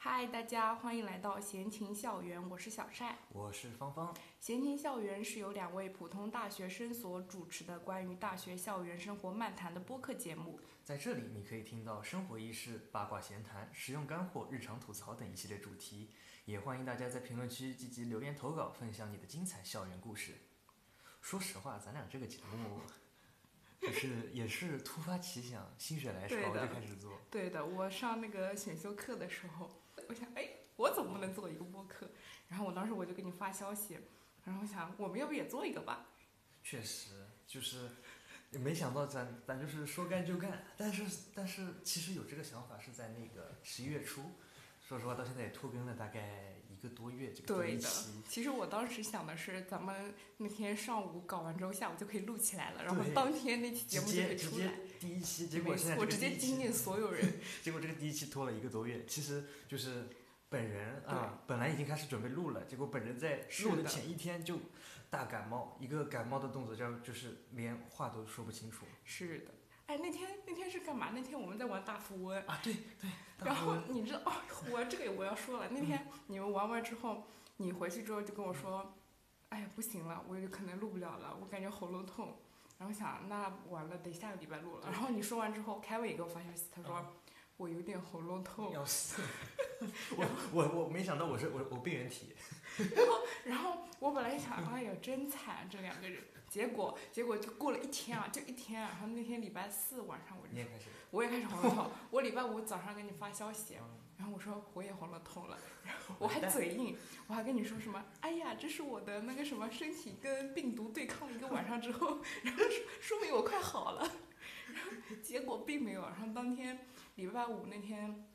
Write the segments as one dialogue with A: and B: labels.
A: 嗨，大家欢迎来到闲情校园，我是小晒。
B: 我是芳芳，
A: 闲情校园是由两位普通大学生所主持的关于大学校园生活漫谈的播客节目。
B: 在这里你可以听到生活轶事、八卦闲谈、实用干货、日常吐槽等一系列主题，也欢迎大家在评论区积极留言投稿，分享你的精彩校园故事。说实话，咱俩这个节目 就是也是突发奇想，心血来潮
A: 对的
B: 就开始做。
A: 对的，我上那个选修课的时候，我想，哎，我总不能做一个播客。然后我当时我就给你发消息，然后我想，我们要不也做一个吧？
B: 确实，就是没想到咱咱就是说干就干，但是但是其实有这个想法是在那个十一月初，说实话到现在也拖更了大概一个多月，这个多
A: 对
B: 一
A: 的
B: 期。，
A: 其实我当时想的是，咱们那天上午搞完之后，下午就可以录起来了，然后
B: 对
A: 当天那期节
B: 直
A: 目就可
B: 接
A: 以
B: 直
A: 出
B: 接
A: 来。
B: 第一期，结果
A: 没
B: 现在
A: 错我
B: 这
A: 直
B: 个第
A: 接
B: 一
A: 惊
B: 期
A: 艳所有人。
B: 结果这个第一期拖了一个多月，其实就是本人啊，本来已经开始准备录了，结果本人在
A: 是
B: 录的
A: 的
B: 前一天就大感冒，一个感冒的动作叫就是连话都说不清楚
A: 是的，哎，那天那天是干嘛？那天我们在玩大富翁，
B: 啊，对对，
A: 然
B: 大
A: 后
B: 哥
A: 你知道，哦， 我这个也我要说了，那天你们玩完之后，你回去之后就跟我说，哎呀，不行了，我可能录不了了，我感觉喉咙痛。然后想，那完了，得下个礼拜录了。然后你说完之后，凯文也给我发消息，他说、我有点喉咙痛。
B: 要 死，我我我没想到我是我我病原体，
A: 然后我本来想，哎呀，真惨，这两个人。结果结果就过了一天啊，就一天、啊。然后那天礼拜四晚上我就
B: 你也开始，
A: 我也开始喉咙痛，我礼拜五早上给你发消息，
B: 嗯
A: 然后我说我也喉咙痛了，我还
B: 完蛋
A: 嘴硬，我还跟你说什么，哎呀，这是我的那个什么身体跟病毒对抗了一个晚上之后， 然后说说明我快好了，然后结果并没有，然后当天礼拜五那天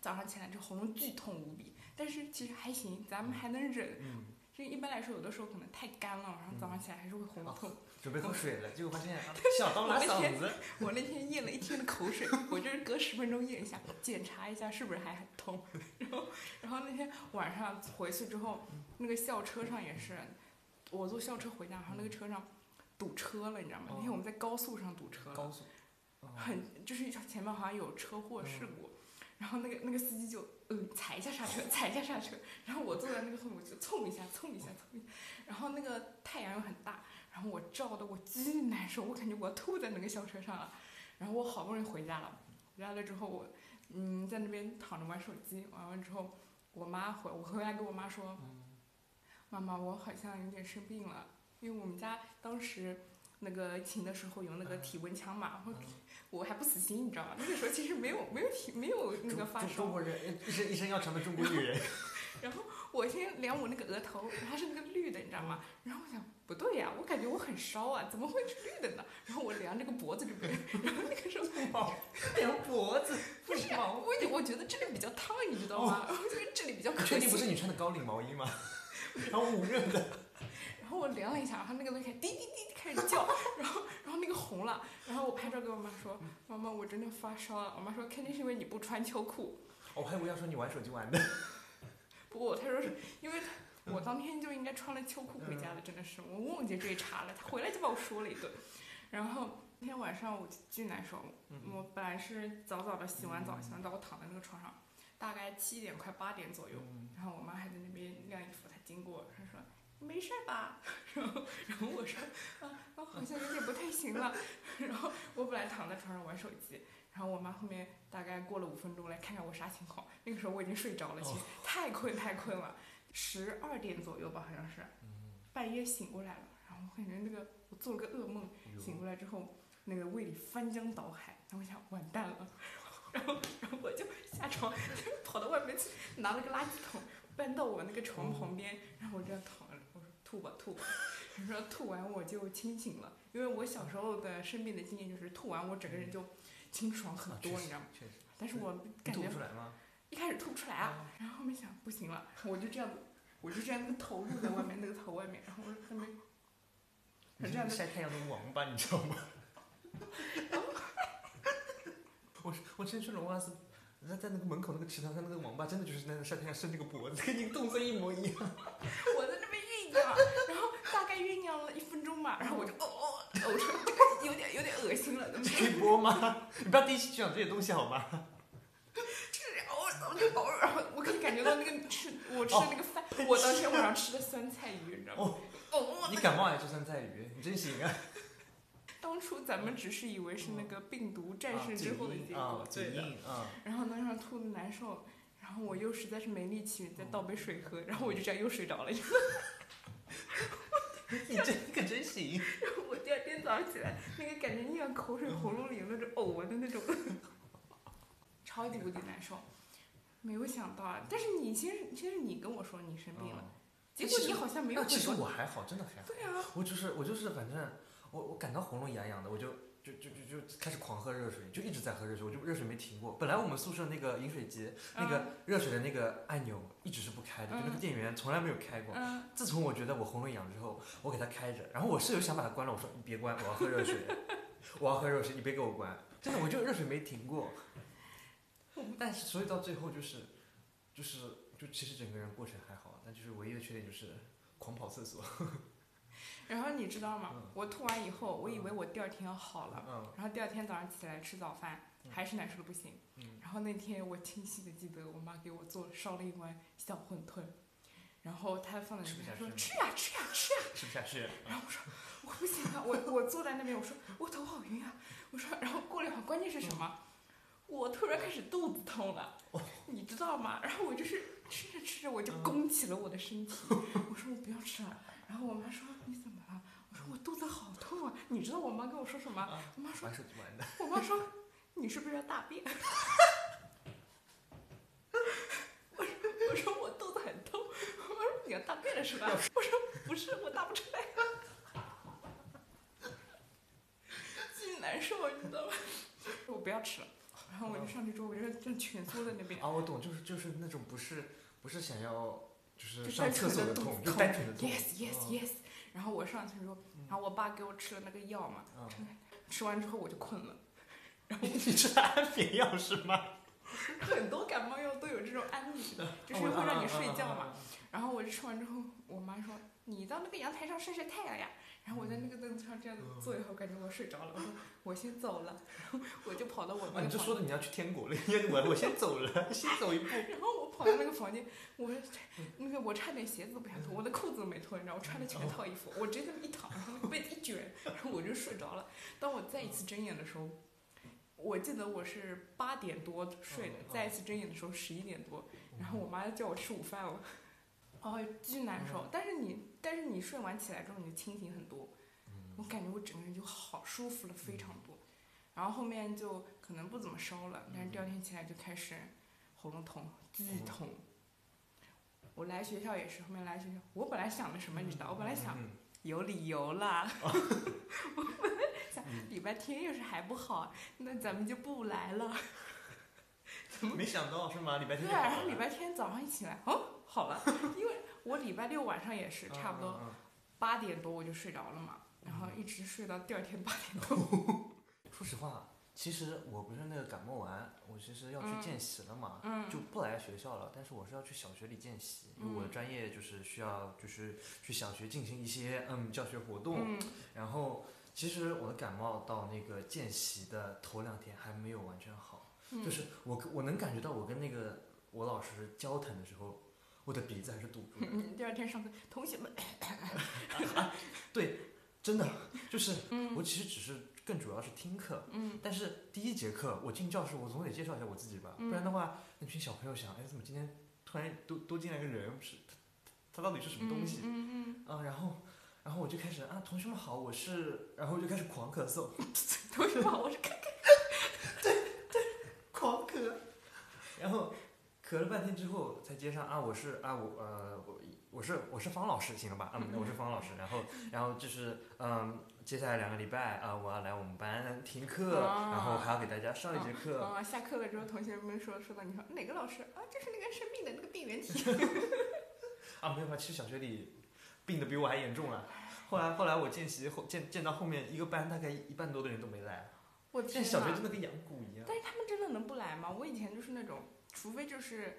A: 早上起来就喉咙剧痛无比，但是其实还行，咱们还能忍，
B: 嗯，
A: 这一般来说有的时候可能太干了，然后早上起来还是会喉咙痛。
B: 准备喝水了，结果发现啊小刀拉
A: 哦我那天
B: 嗓子，
A: 我那天咽了一天的口水，我就是隔十分钟咽一下，检查一下是不是还很痛。 然后，然后那天晚上回去之后，那个校车上也是，我坐校车回家，然后那个车上堵车了，你知道吗？那天我们在高速上堵车了，
B: 高速，哦
A: 很就是前面好像有车祸事故，然后那个那个司机就嗯踩一下刹车，踩一下刹车，然后我坐在那个后面我就蹭一下，蹭一下，蹭一下，然后那个太阳又很大，然后我照的我巨难受，我感觉我要吐在那个校车上了，然后我好不容易回家了，回家了之后我嗯在那边躺着玩手机，玩完之后我妈回我回来跟我妈说，
B: 嗯
A: 妈妈，我好像有点生病了，因为我们家当时那个疫情的时候有那个体温枪嘛，我
B: 嗯
A: 我还不死心，你知道吗？那个时候其实没有没有体没有那个
B: 中
A: 发
B: 中中
A: 烧，
B: 国人一身一身要强的中国女人，
A: 我先量我那个额头，它是那个绿的，你知道吗？然后我想不对呀、我感觉我很烧啊，怎么会是绿的呢？然后我量这个脖子这边，然后那个时 候
B: 两脖子
A: 不是、啊，我觉我觉得这里比较烫，你知道吗？我觉得这里比较可
B: 哦 确定不是
A: 惜。
B: 你穿的高领毛衣吗？然后捂热的，
A: 然后我量了一下，然后那个东西开始滴滴滴滴开始叫，然后然后那个红了，然后我拍照给我妈说，
B: 嗯
A: 妈妈我真的发烧了，我妈说肯定是因为你不穿秋裤，
B: 我还以为要说你玩手机玩的。
A: 不过她说是因为她我当天就应该穿了秋裤回家的，真的是我忘记这一茬了，她回来就把我说了一顿，然后那天晚上我巨难受，我本来是早早的洗完澡，洗完澡我躺在那个床上，大概七点快八点左右，然后我妈还在那边晾衣服，她经过，她说没事儿吧？ 然后然后我说啊，我好像有点不太行了。 然后我本来躺在床上玩手机，然后我妈后面大概过了五分钟来看看我啥情况。那个时候我已经睡着了，其实太困太困了，十二点左右吧，好像是半夜醒过来了，然后我感觉那个我做了个噩梦，醒
B: 嗯
A: 过来之后，那个胃里翻江倒海，然后我想完蛋了，然后然后我就下床跑到外面去拿了个垃圾桶搬到我那个床
B: 哦
A: 旁边，然后我这样躺着，我说吐吧吐吧， 你说吐完我就清醒了，因为我小时候的生病的经验就是吐完我整个人就清爽很多，你知道吗？
B: 嗯啊确实，
A: 但是我
B: 你
A: 感
B: 吐
A: 觉
B: 不出来吗？
A: 一开始吐不出来
B: 哦
A: 啊，然后后面想不行了，我就这样子，我就这样那个头露在外面，那个头外面，然后我就在那边，
B: 你
A: 我
B: 是
A: 这样子
B: 晒太阳的王八，你知道吗？我我之前去龙华寺，在在那个门口那个池塘上那个王八，真的就是在那晒太阳伸这个脖子，跟你动作一模一样。
A: 我在那边酝 酿，然后大概酝酿了一分钟吧，然后我就哦哦，呕出来，这个 有点有点恶心了，怎么
B: 这可以播吗？你不要第一期就讲这些东西好吗？
A: 是？然后我就呕，然后我可以感觉到那个吃我吃的那个饭，我当天晚上吃的酸菜鱼，你知道吗？哦，
B: 你感冒也吃酸菜鱼，你真行啊！
A: 当初咱们只是以为是那个病毒战胜之后的结
B: 啊
A: 果，，
B: 嘴
A: 哦对的。
B: 硬啊，
A: 然后呢，让吐的难受，然后我又实在是没力气，再倒杯水喝，然后我就这样又睡着了。
B: 你这个真行。
A: 我第二天早上起来，那个感觉一碗口水喉咙里有那种呕的那种，超级无敌难受。没有想到啊！但是你其实其实你跟我说你生病了，
B: 嗯
A: 结果你好像没有
B: 那其
A: 很
B: 实
A: 多。
B: 我还好，真的还好。
A: 对啊，
B: 我就是我就是，反正我我感到喉咙痒痒的，我就就就就就开始狂喝热水，就一直在喝热水，我就热水没停过。本来我们宿舍那个饮水机那个热水的那个按钮一直是不开的，就那个
A: 嗯
B: 电源从来没有开过。
A: 嗯，
B: 自从我觉得我喉咙痒之后，我给它开着，然后我室友想把它关了，我说你别关，我要喝热水， 我要喝热水，你别给我关。真的，我就热水没停过。
A: 嗯
B: 但是所以到最后就是就是就其实整个人过程还好，但就是唯一的缺点就是狂跑 厕所。
A: 然后你知道吗
B: 嗯？
A: 我吐完以后，我以为我第二天要好了，
B: 嗯。
A: 然后第二天早上起来吃早饭
B: 嗯
A: 还是难受的不行。
B: 嗯
A: 然后那天我清晰的记得，我妈给我做烧了一碗小馄饨，然后她放在
B: 吃不
A: 那边
B: 下
A: 说
B: 去吗
A: 吃呀吃呀吃呀，
B: 吃不下 去。
A: 然后我说我不行啊，我我坐在那边我说我头好晕啊，我说然后过了一会儿，关键是什么？我突然开始肚子痛了，你知道吗？然后我就是吃着吃着我就弓起了我的身体，我说我不要吃了。然后我妈说你怎么了？我说我肚子好痛啊！你知道我妈跟我说什么？我妈说
B: 玩手机玩 的，
A: 我妈说：“你是不是要大便？” 我说：“我说我肚子很痛。”我妈说：“你要大便了是吧？”我说：“不是，我大不出来。”巨难受，你知道吗？我不要吃了。然后我就上去之后，我就正蜷缩在那边，
B: 啊，我懂，就是就是那种不是不是想要就是
A: 就
B: 上
A: 单
B: 厕
A: 纯
B: 所
A: 的
B: 的
A: 肚
B: 痛，
A: 子
B: 就单纯的痛。嗯
A: Yes, yes, yes。然后我上去之后，然后我爸给我吃了那个药嘛，
B: 嗯
A: 吃完之后我就困了。
B: 你吃安眠药是吗？
A: 很多感冒药都有这种安眠的，就是
B: 啊
A: 会让你睡觉嘛。。
B: 我
A: 然后我就吃完之后，我妈说：“你到那个阳台上晒晒太阳呀。”然后我在那个凳子上这样子坐一会儿，感觉我睡着了。我说：“我先走了。”然后我就跑到我
B: 啊啊啊啊
A: 那
B: 你
A: 个
B: 就
A: 房
B: 说的你要去天国了，我我先走了，先走一步。
A: 然后我跑到那个房间，我那个我差点鞋子都不想脱，我的裤子都没脱，你知道，我穿的全套衣服，我直接这么一躺，然后被一卷，然后我就睡着了。当我再一次睁眼的时候，我记得我是八点多睡的
B: 嗯，嗯
A: 再一次睁眼的时候十一点多， 然后我妈叫我吃午饭了，哦，巨难受。但是你但是你睡完起来之后，你就清醒很多，我感觉我整个人就好舒服了非常多。然后后面就可能不怎么烧了，但是第二天起来就开始喉咙痛，巨痛。我来学校也是，后面来学校，我本来想的什么，你知道？我本来想
B: 嗯
A: 有理由啦， 我本来想礼拜天要是还不好，那咱们就不来了。
B: 没想到是吗？礼拜天
A: 对
B: 就
A: 啊，
B: 好
A: 然后
B: 了
A: 礼拜天早上一起来，哦，好了，因为我礼拜六晚上也是差不多
B: 嗯嗯
A: 八点多我就睡着了嘛，然后一直睡到第二天八点多。
B: 嗯说实话，其实我不是那个感冒完，我其实要去
A: 嗯
B: 见习了嘛。
A: 嗯，
B: 就不来学校了，但是我是要去小学里见习，因为我的
A: 嗯
B: 专业就是需要就是去小学进行一些嗯教学活动。
A: 嗯
B: 然后其实我的感冒到那个见习的头两天还没有完全好，
A: 嗯
B: 就是我跟我能感觉到我跟那个我老师交谈的时候，我的鼻子还是堵住的。
A: 嗯，第二天上课，同学们，
B: 真的，就是
A: 嗯
B: 我其实只是更主要是听课，
A: 嗯
B: 但是第一节课我进教室，我总得介绍一下我自己吧，不
A: 嗯
B: 然的话，那群小朋友想，哎，怎么今天突然多多进来个人，是他他到底是什么东西？
A: 嗯嗯，
B: 啊，然后，然后我就开始啊，同学们好，我是，然后我就开始狂咳嗽，
A: 嗯同学们，我是看，
B: 狂咳，然后咳了半天之后才接上啊，我是啊我呃我我是我是方老师，行了吧？啊，我是方老师，然后然后就是嗯，接下来两个礼拜啊，我要来我们班听课，然后还要给大家上一节课，
A: 啊，下课了之后，同学们说说到你说哪个老师啊，就是那个生病的那个病原体，
B: 啊，没有办法，其实小学里病的比我还严重了。后来后来我见习后见见到后面一个班大概一半多的人都没来，
A: 我
B: 现
A: 天
B: 在小学
A: 呐
B: 真的跟羊骨一样。
A: 但是他们真的能不来吗？我以前就是那种，除非就是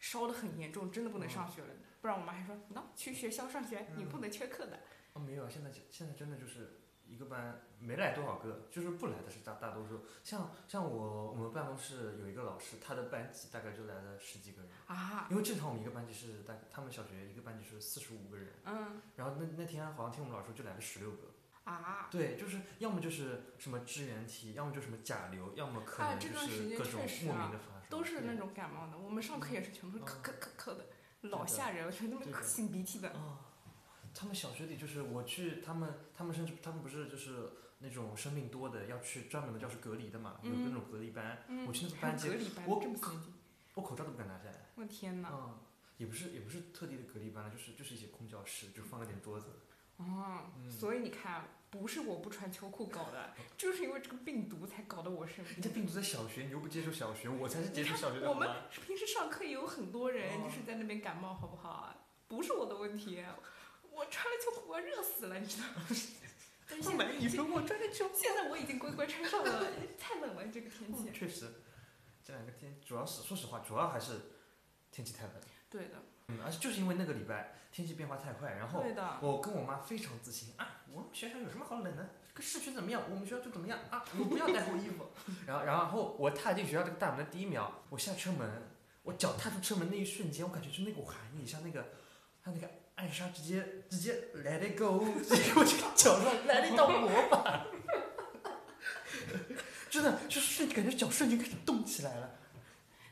A: 烧的很严重，真的不
B: 嗯
A: 能上学了，不然我妈还说，那去学校上学，你不能缺课的。
B: 哦啊、没有啊，现在就现在真的就是一个班没来多少个，就是不来的是大大多数。像像我我们办公室有一个老师，他的班级大概就来了十几个人，
A: 啊，
B: 因为正常我们一个班级是大他们小学一个班级是四十五个人，
A: 嗯
B: 然后那那天好像听我们老师说就来了十六个。
A: 啊，
B: 对，就是要么就是什么支原体，要么就什么甲流，要么可
A: 啊
B: 能
A: 这
B: 就
A: 段时
B: 是
A: 间
B: 各
A: 确
B: 种
A: 实
B: 莫
A: 啊
B: 名的发生，
A: 都是
B: 对
A: 那种感冒的。我们上课也是全部是咳咳咳咳的，老
B: 嗯对的
A: 吓人了，全他
B: 对
A: 妈
B: 的
A: 擤鼻涕的。
B: 啊，他们小学里就是我去，他们他们甚至他们不是就是那种生病多的要去专门的教室隔离的嘛，有
A: 嗯
B: 那种隔离班，
A: 嗯
B: 我，去那个
A: 还
B: 班
A: 有
B: 级
A: 隔，离班，
B: 我
A: 这么神经，
B: 我口罩都不敢拿下来，
A: 我的天哪！
B: 嗯，也不是也不是特地的隔离班了，就是就是一些空教室，就放了点桌子，
A: 哦，
B: 嗯
A: 所以你看，不是我不穿秋裤搞的，就是因为这个病毒才搞得我生
B: 人家
A: 病。
B: 病毒在小学，你又不接触小学，我才是接
A: 你
B: 触
A: 看
B: 小学的
A: 我
B: 好
A: 们
B: 吗
A: 平时上课也有很多人
B: 哦
A: 就是在那边感冒，好不好啊？不是我的问题，我穿了秋裤我热死了，你知道吗？但是
B: 不
A: 现在
B: 买衣
A: 已经
B: 服，我穿着秋
A: 现在我已经乖乖穿上了，太冷了这个天气。
B: 嗯确实，这两个天主要是说实话，主要还是天气太冷。
A: 对的，
B: 嗯，而且就是因为那个礼拜天气变化太快，然后
A: 对的，
B: 我跟我妈非常自信啊，我们学校有什么好冷的？这个市区怎么样？我们学校就怎么样啊？我不要带厚衣服。 然后，然后我踏进学校这个大门的第一秒，我下车门，我脚踏出车门那一瞬间，我感觉就那股寒意，像那个，像那个暗杀，直接直接 let it go，直接我 这个 脚上来了一道魔法。 真的，就是瞬感觉脚瞬间开始动起来了。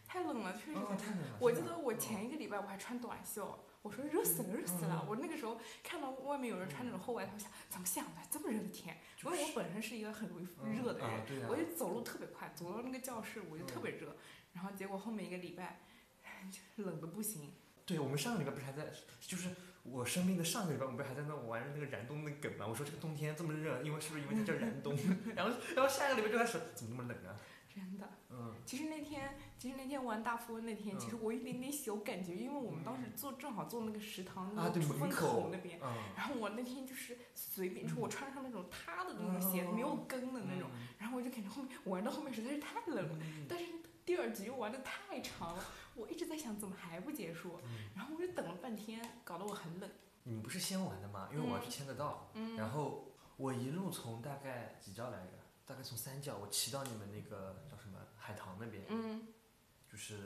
A: 太冷了，确实
B: 哦，
A: 太
B: 太冷了。
A: 我记
B: 真的哦
A: 得我前一个礼拜我还穿短袖，我说热死了，热死了
B: 嗯。
A: 我那个时候看到外面有人穿那种厚外套，我想怎么想的，这么热的天？因为我本身是一个很容易热的
B: 嗯
A: 人，
B: 啊、对嗯呀、
A: 我就走路特别快，走到那个教室我就特别热。然后结果后面一个礼拜， 就冷的不行。
B: 对，我们上个礼拜不是还在，就是我生病的上个礼拜，我们不是还在那玩那个燃冬那个梗嘛？我说这个冬天这么热，因为是不是因为它叫燃冬？ 然后然后下个礼拜就开始怎么那么冷啊？
A: 真的，
B: 嗯，
A: 其实那天，其实那天玩大富翁那天，
B: 嗯
A: 其实我有一点点小感觉，因为我们当时坐正好坐那个食堂那
B: 啊
A: 个
B: 对
A: 出风
B: 门口
A: 口那边，
B: 嗯，
A: 然后我那天就是随便，就是我穿上那种塌的那
B: 嗯
A: 种鞋子，没有跟的那种，
B: 嗯
A: 然后我就感觉后面玩到后面实在是太冷了，但是第二局又玩的太长了，我一直在想怎么还不结束，
B: 嗯
A: 然后我就等了半天，搞得我很冷。
B: 你们不是先玩的吗？因为我要去签个到，
A: 嗯，
B: 然后我一路从大概几教来着，大概从三教，我骑到你们那个叫什么海棠那边，
A: 嗯
B: 就是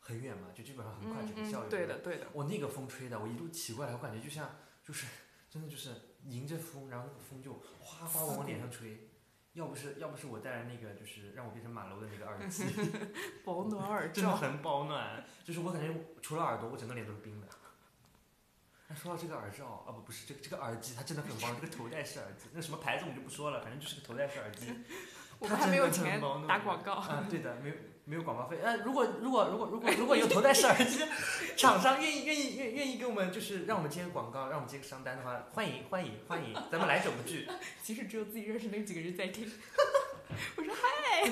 B: 很远嘛，就基本上很快
A: 嗯
B: 整个校
A: 嗯，
B: 园。
A: 对的 对的，
B: 我那个风吹的，我一路骑过来，我感觉就像就是真的就是迎着风，然后那个风就哗哗往我脸上吹。要不是要不是我戴着那个就是让我变成马楼的那个 耳机，
A: 保暖耳
B: 真的
A: 罩。
B: 很保暖。就是我感觉除了耳朵，我整个脸都是冰的。那说到这个耳罩啊，不不是这个这个耳机，它真的很保暖。这个头戴式耳机，那什么牌子我们就不说了，反正就是个头戴式耳机。
A: 我们还没有钱
B: 它真的很保暖
A: 打广告，
B: 啊，对的，没有没有广告费。呃，如果如果如果如果如果有头戴 式耳机，厂商愿意愿意愿愿意给我们就是让我们接个广告，让我们接个商单的话，欢迎欢迎欢迎，咱们来整部剧。
A: 其实只有自己认识那几个人在 听。我说嗨，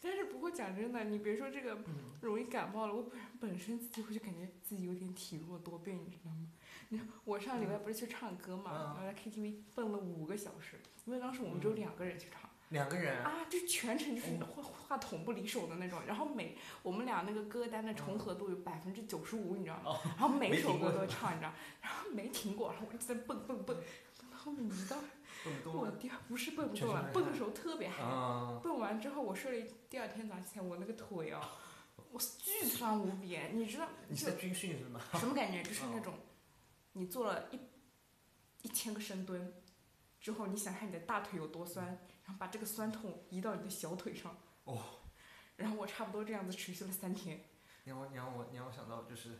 A: 但是不过讲真的，你别说这个
B: 嗯
A: 容易感冒了，我本本身自己会就感觉自己有点体弱多病，你知道吗？你看我上礼拜不是去唱歌嘛，
B: 嗯
A: 然后在 KTV 蹦了五个小时，因为当时我们只有两个人去唱。
B: 两个人，
A: 啊，就全程就是
B: 哎嗯
A: 话话筒不离手的那种，然后每我们俩那个歌单的重合度有百分之九十五，你知道吗
B: 嗯哦？
A: 然后每
B: 没
A: 首
B: 停过
A: 歌
B: 是
A: 都唱，你知道？然后没停过，然后我一直在蹦蹦蹦，蹦到后面移到
B: 这么
A: 我
B: 嗯多。
A: 第二不是蹦不
B: 全
A: 动
B: 身
A: 了
B: 而，
A: 蹦
B: 下
A: 的时候特别嗨，
B: 嗯，
A: 蹦完之后我睡了一第二天早上起来，我那个腿啊，我巨酸无比，你知道
B: 你是
A: 就
B: 在军训是吗？
A: 什么感觉？就是那
B: 哦
A: 种你做了一一千个深蹲之后，你想看你的大腿有多酸，然后把这个酸痛移到你的小腿上。
B: 嗯哦。
A: 然后我差不多这样子持续了三天。
B: 你让我你让我你让我想到就是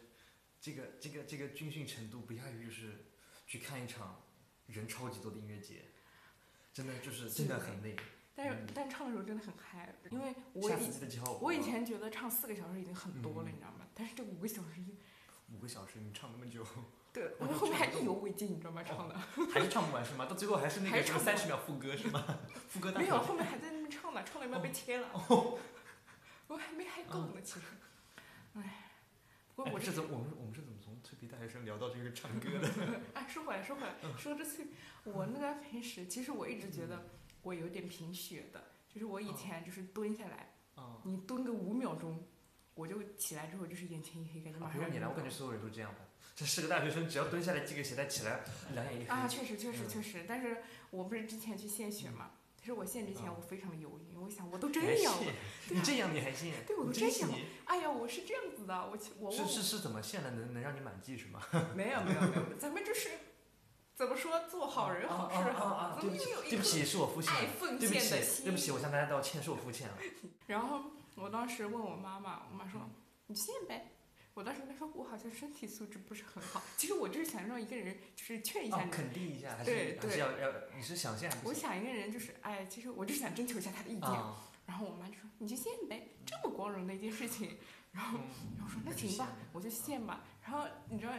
B: 这个这个这个军训程度不亚于就是去看一场人超级多的音乐节，真的就是真的很累。
A: 但是、
B: 嗯
A: 但唱的时候真的很嗨，因为我
B: 下次
A: 以
B: 记得教我。
A: 我以前觉得唱四个小时已经很多了，
B: 嗯
A: 你知道吗？但是这五个小时就
B: 五个小时，你唱那么久，
A: 对，我
B: 我就
A: 后面还
B: 唱不
A: 意犹未尽，你知道吗？
B: 哦
A: 唱的、
B: 还是唱不完是吗？到最后还是那
A: 还
B: 个
A: 是
B: 什么
A: 唱
B: 三
A: 不
B: 十秒副歌是吗？ 副歌大哦
A: 没有，
B: 会
A: 后面还在那边唱呢，唱了一半被切了。 我还没嗨够呢，其实。哎，不过
B: 嗯哎
A: 我这
B: 是怎么我们我们是怎么从蜕皮大学生聊到这个唱歌 的？
A: 哎，说回来，说回来，
B: 嗯
A: 说这去，我那个平时其实我一直觉得我
B: 哦
A: 有点贫血的，就是我以前就是蹲下来，
B: 啊
A: 你蹲个五秒钟，我就起来之后就是眼前一黑，感觉马
B: 啊
A: 上
B: 不
A: 要
B: 用你
A: 晕
B: 了，我
A: 倒
B: 感觉所有人都这样吧。这是个大学生，只要蹲下来系个鞋带起来，两眼一黑。
A: 啊，确实确实
B: 嗯
A: 确实，但是我不是之前去献血嘛，其实我献之前
B: 嗯哎
A: 我非常犹豫，我想我都
B: 你
A: 真
B: 还
A: 要
B: 信
A: 了，？对
B: 你
A: 啊
B: 这样你还信？
A: 对我都
B: 你真
A: 这样
B: 信
A: 哎呀，我是这样子的，我去我
B: 是
A: 问
B: 是是怎么献的？能能让你满记是吗？
A: 没有没有没有，咱们这是怎么说做好人好事
B: 啊啊啊啊
A: 好，
B: 啊
A: 怎么
B: 对不
A: 又
B: 起
A: 有，一
B: 对不
A: 颗
B: 起，是我肤浅
A: 爱
B: 了。
A: 奉
B: 对不
A: 献的
B: 起，对
A: 心
B: 不？起，我向大家道歉，是我肤浅了。啊
A: 然后我当时问我妈妈，我妈说
B: 嗯
A: 你献呗。我当时跟她说，我好像身体素质不是很好。其实我就是想让一个人，就是劝一下
B: 哦，
A: 你。
B: 肯定一下，还
A: 对
B: 是还是
A: 对
B: 要要，你是想献还是不
A: 我
B: 献？
A: 想一个人就是，哎，其实我就想征求一下他的意见。
B: 啊，
A: 然后我妈就说：“你就献呗，这么光荣的一件事情。”然后
B: 嗯
A: 然后我说：“那
B: 那就
A: 行吧
B: 献呗，嗯
A: 我就献吧。”然后你知道，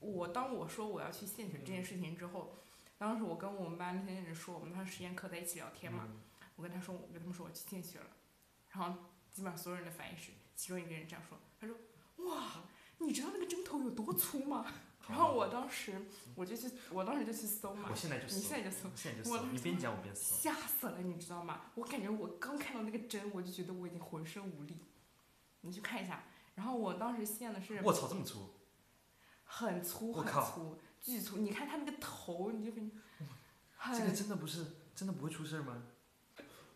A: 我当我说我要去
B: 嗯
A: 献血这件事情之后，当时我跟我们班那些人说，我们当时实验课在一起聊天嘛，
B: 嗯
A: 我跟他说，我跟他们说我去献血了，然后基本上所有人的反应是，其中一个人这样说，他说：“哇，你知道那个针头有多粗吗？” 然后我当时我就去，我当时就去搜嘛
B: 哦我，现在就
A: 你
B: 搜，
A: 现在就搜，
B: 现在就
A: 我
B: 搜，你边讲我边搜。
A: 吓死了，你知道吗？我感觉我刚看到那个针，我就觉得我已经浑身无力。你去看一下，然后我当时献的是
B: 我操，这么粗！
A: 很粗
B: 我
A: 很
B: 靠
A: 粗，巨粗。你看他那个头，你就感觉
B: 这个
A: 很
B: 真的不是真的不会出事儿吗？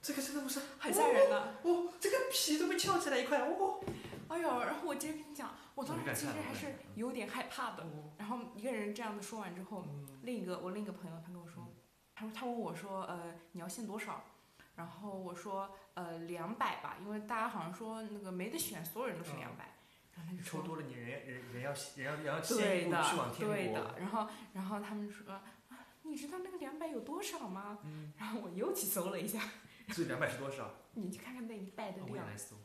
B: 这个真的不是，
A: 很吓人的。
B: 哦，这个皮都被翘起来一块，哦。
A: 哎呦，然后我直接跟你讲，我当
B: 我
A: 时
B: 不敢
A: 其实
B: 看我不
A: 还
B: 敢
A: 是
B: 看
A: 有点害怕的。然后一个人这样子说完之后，
B: 嗯，
A: 另一个我另一个朋友他跟我说，他说他问我说，呃，你要献多少？然后我说，呃，两百吧，因为大家好像说那个没得选，所有人都是
B: 嗯
A: 两百。然后他就
B: 抽
A: 说，
B: 多了你人人人要人要人要先一
A: 对
B: 步
A: 的
B: 去往，天
A: 对
B: 国。
A: 的。然后，然后他们说，啊，你知道那个两百有多少吗？
B: 嗯，
A: 然后我又去搜了一下，
B: 所以两百是多少？哦
A: 你去看看那一袋的
B: 我也
A: 量，
B: 来搜。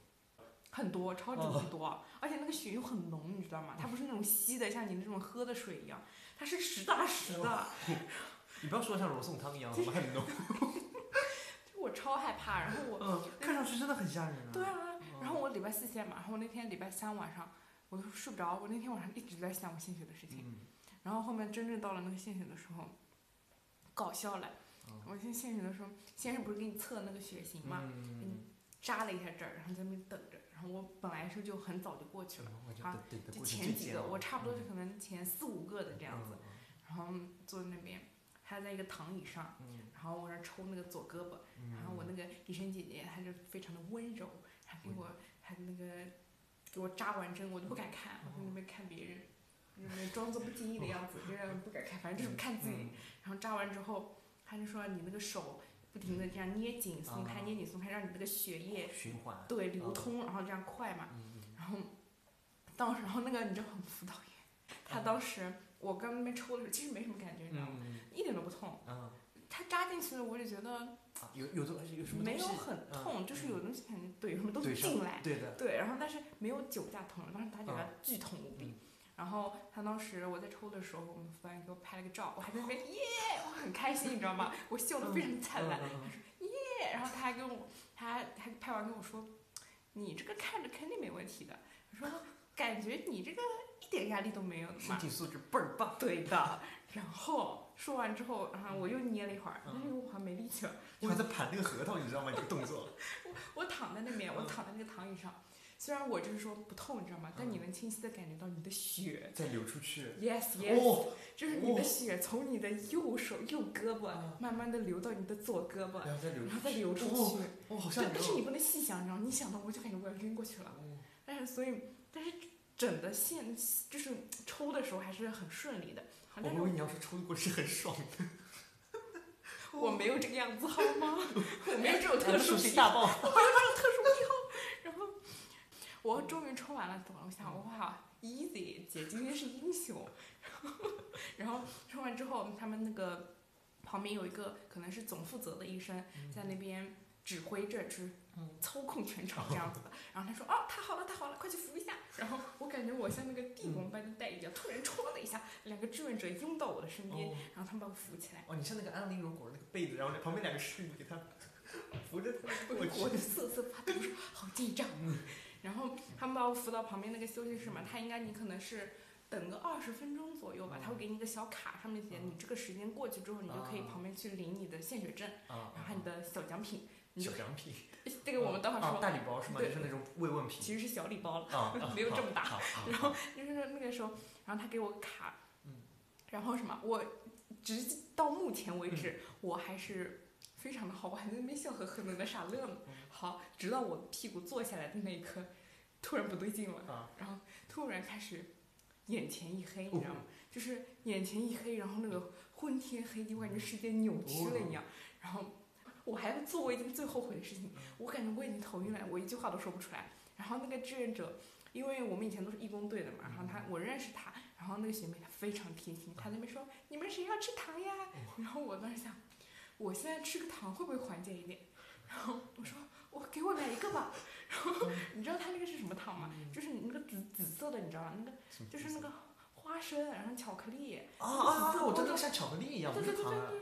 A: 很多，超级无敌多，
B: 嗯
A: 而且那个血又很浓，你知道吗？它不是那种稀的，像你那种喝的水一样，它是实打实的。
B: 你不要说像罗宋汤一样，好吧，很浓。
A: 就我超害怕，然后我，
B: 嗯，看上去真的很吓人啊。
A: 对啊，
B: 嗯，
A: 然后我礼拜四献嘛，然后那天礼拜三晚上我都睡不着，我那天晚上一直在想我献血的事情，
B: 嗯，
A: 然后后面真正到了那个献血的时候，搞笑了。
B: 嗯
A: 我先献血的时候，先是不是给你测那个血型嘛，
B: 嗯，
A: 扎了一下这儿，然后在那边等着。然后我本来是就很早就过去了，
B: 我就嗯
A: 啊
B: 对的，
A: 就
B: 嗯过程
A: 前
B: 最
A: 几
B: 煎
A: 个，
B: 熬
A: 我差不多是可能前四五个的这样子。。然后坐在那边，他在一个躺椅上，
B: 嗯
A: 然后我那抽那个左胳膊，
B: 嗯，
A: 然后我那个医生姐姐她就非常的温柔，她给我她那个给我扎完针，我就不敢看，我在那边看别人，那边装作不经意的样子，就让不敢看，反正就是看
B: 嗯
A: 自己。然后扎完之后，她就说你那个手不停的这样捏紧松开，
B: 啊
A: 捏紧松开，让你那个血液
B: 嗯循环。
A: 对流通，然后这样快嘛。
B: 嗯，
A: 然后当时然后那个你知道我们辅导员，他当时我刚那边抽的时候其实没什么感觉，你知道吗？
B: 嗯
A: 一点都不痛。
B: 嗯，
A: 他扎进去了，我就觉得
B: 啊有有东西有什么东
A: 没
B: 西嗯
A: 有很痛，就是有东西感觉对，有什么东
B: 对
A: 西
B: 上
A: 进来，
B: 对的，
A: 对，然后但是没有酒驾痛，当时打酒驾
B: 啊
A: 巨痛无比
B: 嗯。
A: 然后他当时我在抽的时候，我们副导演给我拍了个照，我还在那边耶，我很开心，你知道吗？我笑得非常灿烂。
B: 嗯嗯嗯
A: 对然后他还跟我，他还他拍完跟我说，你这个看着肯定没问题的。我说感觉你这个一点压力都没有的
B: 嗯身
A: 嘛。
B: 体素质倍儿棒。
A: 对的。然后说完之后，然后我
B: 嗯
A: 又捏了一会儿，但是我好像没力气了。
B: 我 还在盘那个核桃，你知道吗？你这个 动作。
A: 我躺在那边，
B: 嗯
A: 我躺在那个躺椅上，虽然我就是说不痛，你知道吗？
B: 嗯
A: 但你能清晰的感觉到你的血
B: 再流出去。
A: ，yes yes，、
B: 哦，
A: 就是你的血从你的右手右胳膊、慢慢的流到你的左胳膊，
B: 然后再流
A: 然后
B: 出去。
A: 再流出
B: 哦，
A: 去。
B: 哦好像
A: 但但是嗯你不能细想，你知道吗，你想到我就感觉我要晕过去了。
B: 哦
A: 但是所以，但是整的线就是抽的时候还是很顺利的。好
B: 我
A: 但
B: 以
A: 是
B: 为你要说抽过是很爽的，
A: 我没有这个样子好吗？ 我没有这种特殊
B: 属
A: 癖
B: 性大爆。
A: 然后我终于抽完了，走了。我想，
B: 嗯
A: 哇，easy 姐今天是英雄。 然后抽完之后，他们那个旁边有一个可能是总负责的医生在那边指挥着，就是
B: 嗯
A: 操控全场这样子的。然后他说：“哦，他好了，他好了，快去扶一下。”然后我感觉我像那个
B: 嗯
A: 地宫般的带一样，突然唰的一下，两个志愿者拥到我的身边，
B: 哦
A: 然后他们把我扶起来。
B: 哦，你像那个安陵容裹着那个被子，然后旁边两个侍女给她 扶着她。
A: 我
B: 我
A: 就我就瑟瑟发抖，我说好紧张。啊然后他们把我扶到旁边那个休息室嘛，他应该你可能是等个二十分钟左右吧，他会给你一个小卡，上面写
B: 嗯
A: 你这个时间过去之后，你就可以
B: 啊
A: 旁边去领你的献血证，
B: 啊
A: 然后还有你的小奖品，你你
B: 小
A: 就
B: 羊皮
A: 这个我们待会儿
B: 啊
A: 说。
B: 大礼包是吗？
A: 对
B: 就是那种慰问
A: 其
B: 品
A: 实是小礼包了，
B: 啊，啊
A: 没有这么大
B: 啊啊
A: 然后就是说那个时候，然后他给我个卡，
B: 嗯
A: 然后什么，我直到目前
B: 嗯
A: 为止、我还是非常的好，我还在那边笑呵呵的那傻乐呢。
B: 嗯
A: 好，直到我屁股坐下来的那一刻，突然不对劲了，
B: 啊
A: 然后突然开始眼前一黑，
B: 哦
A: 你知道吗？就是眼前一黑，然后那个昏天黑地，我感觉世界扭曲了一样，然后。我还做过一件最后悔的事情，我感觉我已经头晕了，我一句话都说不出来。然后那个志愿者因为我们以前都是义工队的嘛，然后他我认识他，然后那个学妹她非常贴心，她那边说你们谁要吃糖呀？然后我当时想，我现在吃个糖会不会缓解一点？然后我说我给我来一个吧。然后
B: 嗯
A: 你知道他那个是什么糖吗？就是那个紫紫色的，你知道吗？那个
B: 什么
A: 就是那个花生，然后巧克力，
B: 啊啊！对，我知道那个像巧克力一样，不
A: 对对
B: 是
A: 对对
B: 糖啊，
A: 对，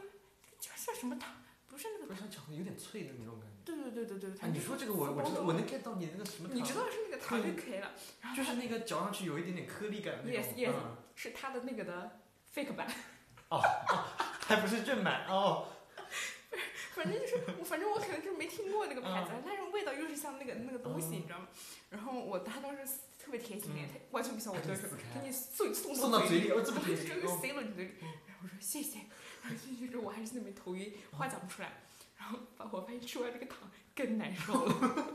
A: 叫叫什么糖？不是那
B: 不
A: 个
B: 是
A: 糖，
B: 像巧克力，有点脆的那种感觉。
A: 对对对对对，
B: 啊，
A: 反正
B: 你说这个我我知道，我能 get 到你那个什么糖，
A: 你知道是那个糖
B: 对
A: 就可以了，然后
B: 就是那个嚼上去有一点点颗粒感的那种
A: Yes, yes
B: 嗯
A: 是它的那个的 fake 版。
B: 还不是正版哦。
A: 反正就是我，反正我可能就是没听过那个牌
B: 啊
A: 子，但是味道又是像那个那个东西，
B: 嗯
A: 你知道吗？然后我他当时特别贴心
B: 嗯，
A: 他完全不像我
B: 把你
A: 对
B: 撕
A: 手，
B: 开
A: 给你送送
B: 送
A: 到
B: 到嘴里哦
A: 然
B: 这么
A: 后
B: 贴
A: 就
B: 心
A: 直接
B: 哦
A: 塞到你嘴里。然后我说谢谢，然后进去之后我还是那边头晕，话讲不出来。然后把我发现吃完这个糖更难受 了，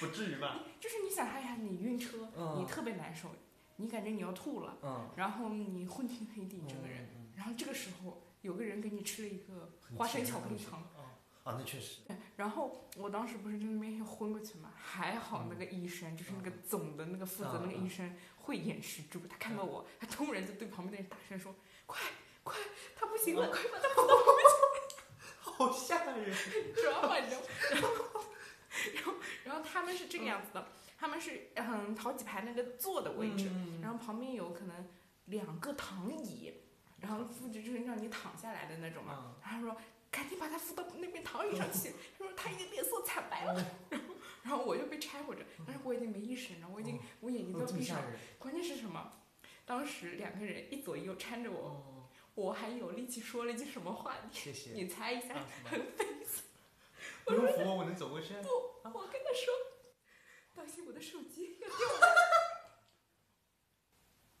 B: 不至于吧？
A: 就是你想象一下，你晕车，
B: 嗯
A: 你特别难受，你感觉你要吐了，
B: 嗯，
A: 然后你昏天黑地整个人，
B: 嗯
A: 然后这个时候有个人给你吃了一个
B: 很
A: 花生
B: 甜的
A: 巧克力
B: 东西
A: 糖。
B: 哦啊，那确实，
A: 对，然后我当时不是在那边昏过去嘛，还好那个
B: 嗯
A: 医生，就是那个总的那个负责那个医生慧眼识珠，他
B: 嗯
A: 看到我，他突然就对旁边的人大声说：“快快，他不行了，快把他抱到旁
B: 好吓 人。
A: 边抓吧，你知道吗？”然后，然后，然后他们是这个样子的，他们是嗯好几排那个坐的位置，
B: 嗯
A: 然后旁边有可能两个躺椅，然后扶着就是让你躺下来的那种嘛。
B: 嗯
A: 然后他说赶紧把他扶到那边躺椅上 去。他说他已经脸色惨白了。
B: 嗯
A: 然后我就被拆活着，但是我已经没意识了，我已经我眼睛
B: 哦
A: 在
B: 这么
A: 闭
B: 吓
A: 上。
B: 人。
A: 关键是什么？当时两个人一左一右搀着我，
B: 哦，
A: 我还有力气说了一句什么话？
B: 谢谢。
A: 你猜一下
B: 啊，什么
A: 很 费劲。
B: 不用扶我，我能走过去。
A: 我跟他说，当心我的手机要掉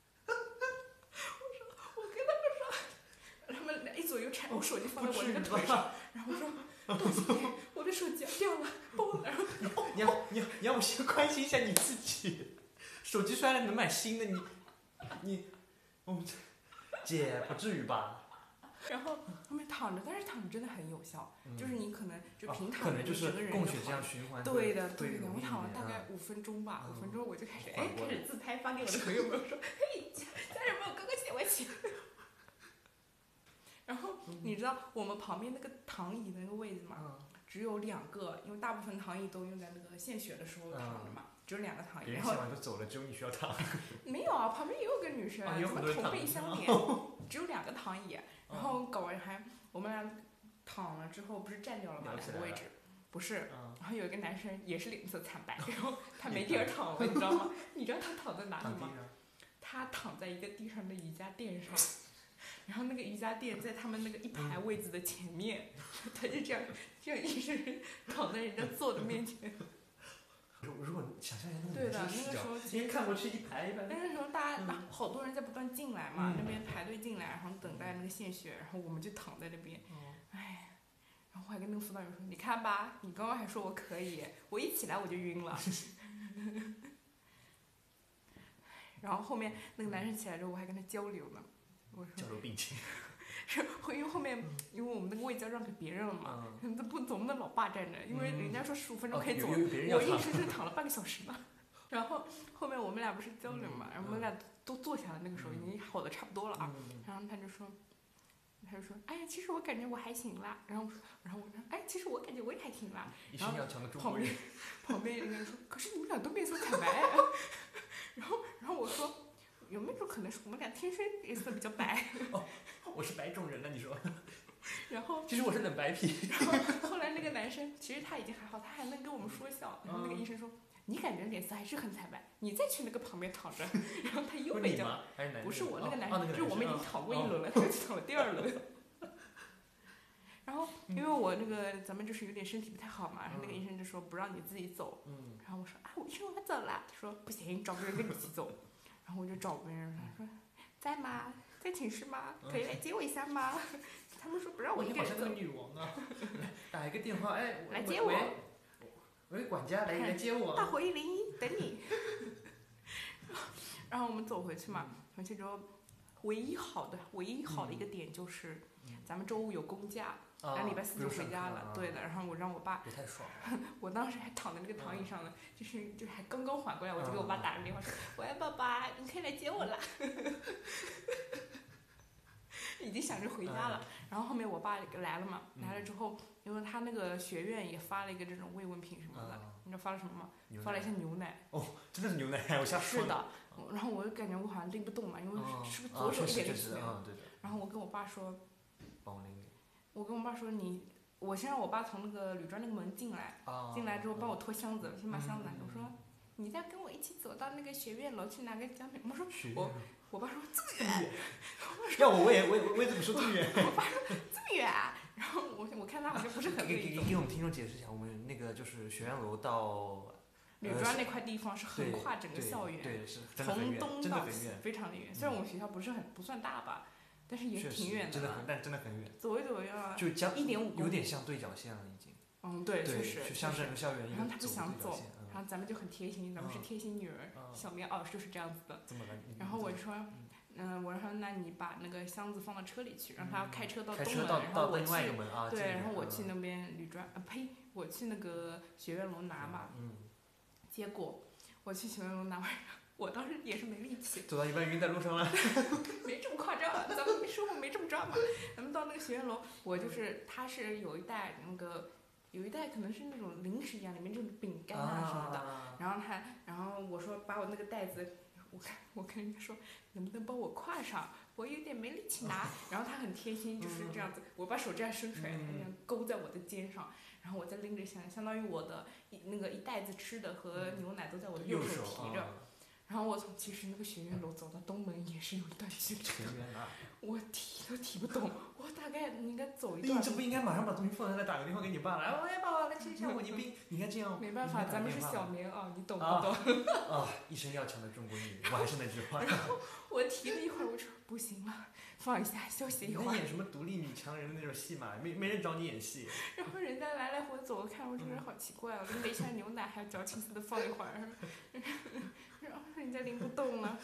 A: 了。我说，我跟他们说，他们俩一左右搀，我手机放在我那个腿上，然后我说，当心我的手机要掉了，帮我拿。然后他说，
B: 你要你要你要不先关心一下你自己，手机摔了能买新的你你，我们这姐不至于吧？
A: 然后他们躺着，但是躺着真的很有效，就是你可能就
B: 嗯哦
A: 平躺
B: 可
A: 着，
B: 能就是
A: 整个人
B: 供
A: 就
B: 血
A: 好
B: 这样
A: 了
B: 循环。
A: 对的，
B: 对
A: 对的，
B: 容
A: 我
B: 易
A: 躺了
B: 一
A: 大
B: 点
A: 概五分钟吧，
B: 嗯
A: 五分钟我就开始
B: 缓
A: 哎
B: 过
A: 开
B: 来
A: 始自拍发给我的朋友们，我说嘿，家人们，我哥哥写我写。然后你知道我们旁边那个躺椅的那个位置嘛，
B: 嗯
A: 只有两个，因为大部分躺椅都用在那个献血的时候躺着嘛，只有两个躺椅。
B: 嗯别人
A: 哎然
B: 洗
A: 后
B: 完就走了，只有你需 要躺。
A: 没有啊，旁边也有个女生，
B: 啊有
A: 怎
B: 很
A: 么
B: 多人
A: 同
B: 躺嗯
A: 背
B: 着
A: 相 连，只有两个躺椅。然后搞完还我们俩躺了之后不是占掉了吗？
B: 聊起
A: 两
B: 来
A: 个位
B: 了
A: 置，不是。
B: 嗯，
A: 然后有一个男生也是脸色惨白，然后他没地儿躺了，你知道吗？你知道他躺在哪
B: 躺
A: 里
B: 地
A: 吗？
B: 上。
A: 他躺在一个地上的瑜伽垫上，然后那个瑜伽垫在他们那个一排位子的前面，他就这样 这样一直躺在人家坐的面前。
B: 如如果想象一下那个
A: 对
B: 女
A: 的，
B: 生
A: 那
B: 视
A: 个时
B: 角，
A: 候
B: 今天看过去一排一排
A: 那。个时候大家、
B: 嗯
A: 啊好多人在不断进来嘛，
B: 嗯
A: 那边排队进来，然后等待那个献血，然后我们就躺在那边，
B: 嗯
A: 哎，然后我还跟那个辅导员说：“你看吧，你刚刚还说我可以，我一起来我就晕了。” 然后后面那个男生起来之后，我还跟他交流呢，我
B: 交嗯
A: 说
B: 流病情。：“
A: 是 因为后面因为我们那个位置要让给别人了嘛，
B: 嗯，
A: 那不总不能老爸站着，因为人家说十五分啊钟可以走了
B: 哦有有别人要
A: 我
B: 躺
A: 硬。生生躺了半个小时呢。 然后后面我们俩不是交流嘛，
B: 嗯
A: 然后我们俩都坐下了，那个时候已经好的差不多了啊。
B: 嗯
A: 然后他就说，他就说，哎呀，其实我感觉我还行啦。然后我说，然后我说，哎，其实我感觉我也还行啦。
B: 一身要强的中
A: 旁
B: 国人
A: 边。旁边人家说，可是你们俩都面色惨白。啊 然后然后我说，有没有可能是我们俩天生颜色比较白？
B: 我是白种人了，你说？
A: 然后
B: 其实我是冷白皮。
A: 后来那个男生其实他已经还好，他还能跟我们说笑。然后那
B: 嗯
A: 个医生说：“你感觉脸色还是很惨白，你再去那个旁边躺着。” 然后他又
B: 不是
A: 被
B: 你
A: 叫，
B: 吗？还是男的？
A: 不是我那个
B: 哎哦
A: 男
B: 哦那
A: 生，
B: 个
A: 就是我们已
B: 男
A: 经
B: 生
A: 躺过一轮了，他又去躺了第二轮。 然后因为我那个咱们就是有点身体不太好嘛，然后那个医生就说不让你自己走，
C: 嗯
A: 然后我说啊，我医生我走了，他说不行，找个人跟你一起走，然后我就找别人，他说在吗？在寝室吗？可以来接我一下吗？ 他们说不
B: 哦
A: 让我一
C: 你
A: 个
C: 好像
A: 人
C: 那
A: 走
C: 个，女王 啊，打一个电话，哎，
A: 来
C: 喂
A: 接
C: 喂
A: 我，
C: 喂，管家来来接
A: 大
C: 我，
A: 火一零一等你。 然后我们走回去嘛，
B: 嗯
A: 回去之后，唯一好的唯一好的一个点就是
C: 嗯，
A: 咱们周五有公假，
B: 啊
A: 然后礼拜四
B: 不
A: 就
B: 用
A: 回
B: 上
A: 家
B: 课
A: 了
B: 啊。
A: 对的，然后我让我爸，
B: 也太爽了。
A: 我当时还躺在那个躺
B: 嗯
A: 椅上呢，就是就还刚刚缓过来，我就给我爸打了电话说：“喂，爸爸，你可以来接我 啦。”已经想着回家了。
B: 嗯
A: 然后后面我爸来了嘛，来了之后，因为他那个学院也发了一个这种慰问品什么的，
B: 啊，
A: 你知道发了什么吗？
B: 牛
A: 发了
B: 奶
A: 一些牛奶。
B: 真的是牛奶，我瞎说
A: 是。的，我然后我就感觉我好像拎不动嘛，因为
B: 嗯
A: 是不是
B: 啊
A: 左手一
B: 确
A: 点
B: 实
A: 力
B: 确
A: 气
B: 实
A: 没有。
B: 嗯，对的，
A: 然后我跟我爸说，
B: 帮我拎一点。
A: 我跟我爸说你，我先让我爸从那个旅庄那个门进来，
B: 啊，
A: 进来之后帮我拖箱子，先把箱子拿。
B: 嗯
A: 我说你再跟我一起走到那个学院楼去拿个奖品。我说
B: 嗯学
A: 我我爸说
B: 要我我也我也我也这么说这么远。
A: 这么远啊，然后我我看他好像不是很
B: 给
A: 愿
B: 啊给
A: 意
B: 给
A: 走。
B: 给我们听众解释一下，我们那个就是学院楼到
A: 旅
B: 呃
A: 庄那块地方是横
B: 对
A: 跨整个
B: 对
A: 校园，
B: 对是真的很
A: 从
B: 远，
A: 东
B: 真的
A: 到
B: 很
A: 西
B: 远，嗯
A: 非常的远。虽然我们学校不是很不算大吧，但是也
B: 确
A: 挺
B: 实
A: 远
B: 真的
A: 的
B: 很，，但真的很远，
A: 左右左右啊，
B: 就将
A: 一点五公
B: 有
A: 里。
B: 点像对角线了已经。
A: 嗯，对，确
B: 对，
A: 实
B: 就像
A: 确实
B: 整个校园一
A: 然后
B: 个
A: 他不
B: 走
A: 想
B: 对角
A: 走
B: 线，
A: 然后咱们就很贴心，咱们是
B: 嗯
A: 贴心女儿，
B: 嗯，
A: 小棉袄就是这样子的。
B: 怎么了？你
A: 然后我
B: 你
A: 说，嗯、我说那你把那个箱子放到车里去，让他开车到
B: 嗯开
A: 东
B: 车
A: 门，
B: 到
A: 然后
B: 到
A: 我
B: 另外一个
A: 去，
B: 门啊，
A: 对，
B: 这
A: 然
B: 个
A: 后我
B: 嗯
A: 去那边旅专，呃，呸，我去那个学院楼拿嘛。
B: 嗯，
A: 结果我去学院楼拿完， 我当时也是没力气，
B: 走到一半晕在路上了。
A: 没这么夸张，啊咱们生活没这么抓嘛。咱们到那个学院楼，我就是它是有一袋那个，有一袋可能是那种零食一样，里面就是饼干啊什么的。
B: 啊
A: 然后他，然后我说把我那个袋子，我看我跟人家说能不能帮我挎上，我有点没力气拿。
B: 啊
A: 然后他很贴心，就是这
B: 嗯
A: 样子，我把手这样伸出来，他这样勾在我的肩上，然后我再拎着箱，相当于我的一那个一袋子吃的和牛奶都在我的
B: 嗯右
A: 手
B: 手啊
A: 提着。然后我从其实那个学院楼走到东门也是有一段距离，
B: 很远啊！
A: 我提都提不 动，我大概应该走一
B: 你
A: 段
B: 哎这。不应该马上把东西放下来，打个电话给你爸来，哎，爸爸来接一下我，你不应你应该这样。
A: 没办法，
B: 你应该打
A: 咱们是
B: 电话
A: 小棉袄，你懂不
B: 啊
A: 懂？
B: 啊，一身要强的中国女人，我还是那句话。
A: 我提了一会儿，我说不行了，放一下，休息
B: 你
A: 一会儿
B: 在。演什么独立女强人的那种戏嘛？没没人找你演戏。
A: 然后人家来来回走，我看我这个人好奇怪哦，拎了一箱牛奶，还要矫情似的放一会儿， 然后人家拎不动了。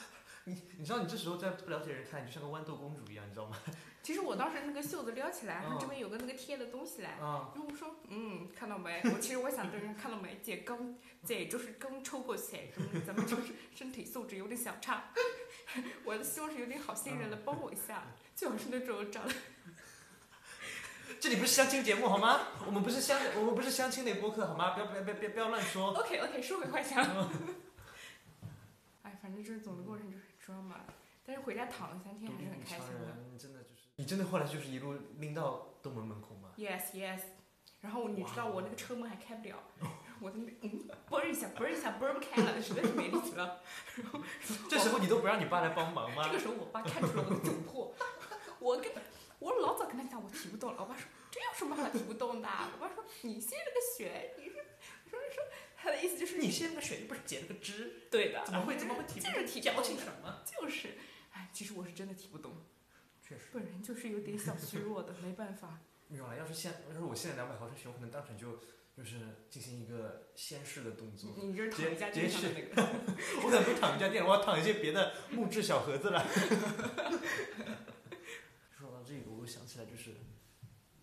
B: 你你知道你这时候在不了解人看，你就像个豌豆公主一样，你知 道吗？
A: 其实我当时那个袖子撩起来，然后
B: 嗯
A: 这边有个那个贴的东西来，
B: 啊，
A: 然后我说，嗯，看到没？我其实我想对人看到没，姐刚，姐就是刚抽过血，什么咱们就是身体素质有点小差， 我的希望是有点好心人来帮我一下，最好是那种长得
B: 这里不是相亲节目好吗？我们不是相我们不是相亲类播客好吗？不要不要不要不要不要乱说。
A: OK OK，说回幻想。 哎，反正就是总的过程就是 drama，但是回家躺了三天
B: 独
A: 还是很
B: 立女
A: 开
B: 强
A: 心啊的。
B: 人真的就是，你真的后来就是一路拎到东门门口吗？
A: Yes Yes，然后你知道我那个车门还开不了， 我在那边嗯拨一下拨一下拨不开了，实在是没力气了。
B: 这时候你都不让你爸来帮忙吗
A: 这？个时候我爸看出了我的窘迫， 我跟我老早跟他讲我提不动了，我爸说这有什么好提不动的？啊我爸说你歇了个雪，你是说说他的意思就是
B: 你先个水，不是解了个汁，
A: 对的，
B: 怎么会怎么会提不
A: 就？是提不
B: 矫
A: 动
B: 情什
A: 的，
B: 么？
A: 就是哎，其实我是真的提不动。
B: 确实。
A: 本人就是有点小虚弱的，没办 法。
B: 没有了，要是现要是我现在两百毫升血，我可能当场就就是进行一个先试的动作，
A: 你就是躺一下地上的那个，
B: 我可能不躺一家店，我要躺一些别的木质小盒子了。 说到这个，我又想起来，就是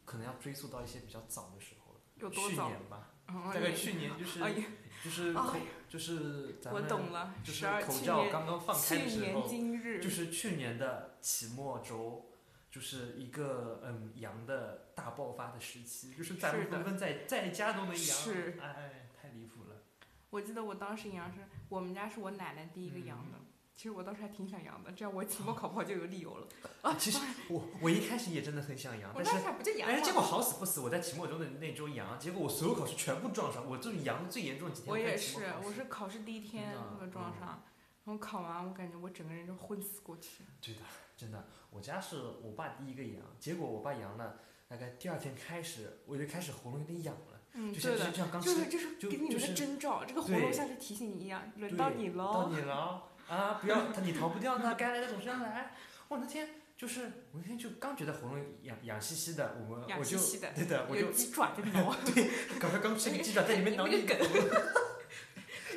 B: 可能要追溯到一些比较早的时候了，
A: 有多
B: 去
A: 早？
B: 年吧，
A: 嗯
B: 大概去年就是
A: 哎呀，
B: 就是
A: 哎
B: 口就是咱
A: 我
B: 们
A: 懂了，
B: 就
A: 十
B: 是
A: 二
B: 口
A: 去
B: 罩
A: 年
B: 刚刚放
A: 去
B: 开的时
A: 年
B: 候，
A: 今日，
B: 就是去年的期末周，就是一个嗯阳的大爆发的时期，就是咱们
A: 是的
B: 纷纷在在家都能阳，
A: 是
B: 哎，太离谱了。
A: 我记得我当时阳是，我们家是我奶奶第一个阳
B: 嗯
A: 的。其实我当时还挺想阳的，这样我
B: 哦
A: 期末考不好就有理由了。
B: 啊，其实我我一开始也真的很想阳，
A: 哎我当
B: 但
A: 时
B: 是
A: 还不就阳
B: 哎，
A: 了
B: 结果好死不死，我在期末周的那周阳，结果我所有考试全部撞上，我就是阳最严重的几天。嗯
A: 我也
B: 在期
A: 是
B: 末考，试
A: 我是考试第一天
B: 真的
A: 那么撞上，然后考完我感觉我整个人就昏死过去。
B: 真的，我家是我爸第一个阳，结果我爸阳了，大概第二天开始，我就开始喉咙有点痒了，
A: 嗯，
B: 就像
A: 对
B: 就
A: 的，
B: 像刚
A: 就
B: 吃
A: 是就是
B: 就
A: 给你们
B: 就是
A: 个征兆，这个活
B: 对
A: 动像是提醒你一样，轮到
B: 对
A: 你
B: 到
A: 喽。
B: 你了啊！不要，他你逃不掉的，该来的总是要来。我那天就是我那天就刚觉得喉咙痒痒兮兮的，我们
A: 痒
B: 我
A: 兮
B: 就
A: 兮的
B: 对的，我就
A: 有鸡爪在 挠，
B: 赶快刚吃个鸡爪在里面挠
A: 那个
B: 你的喉咙。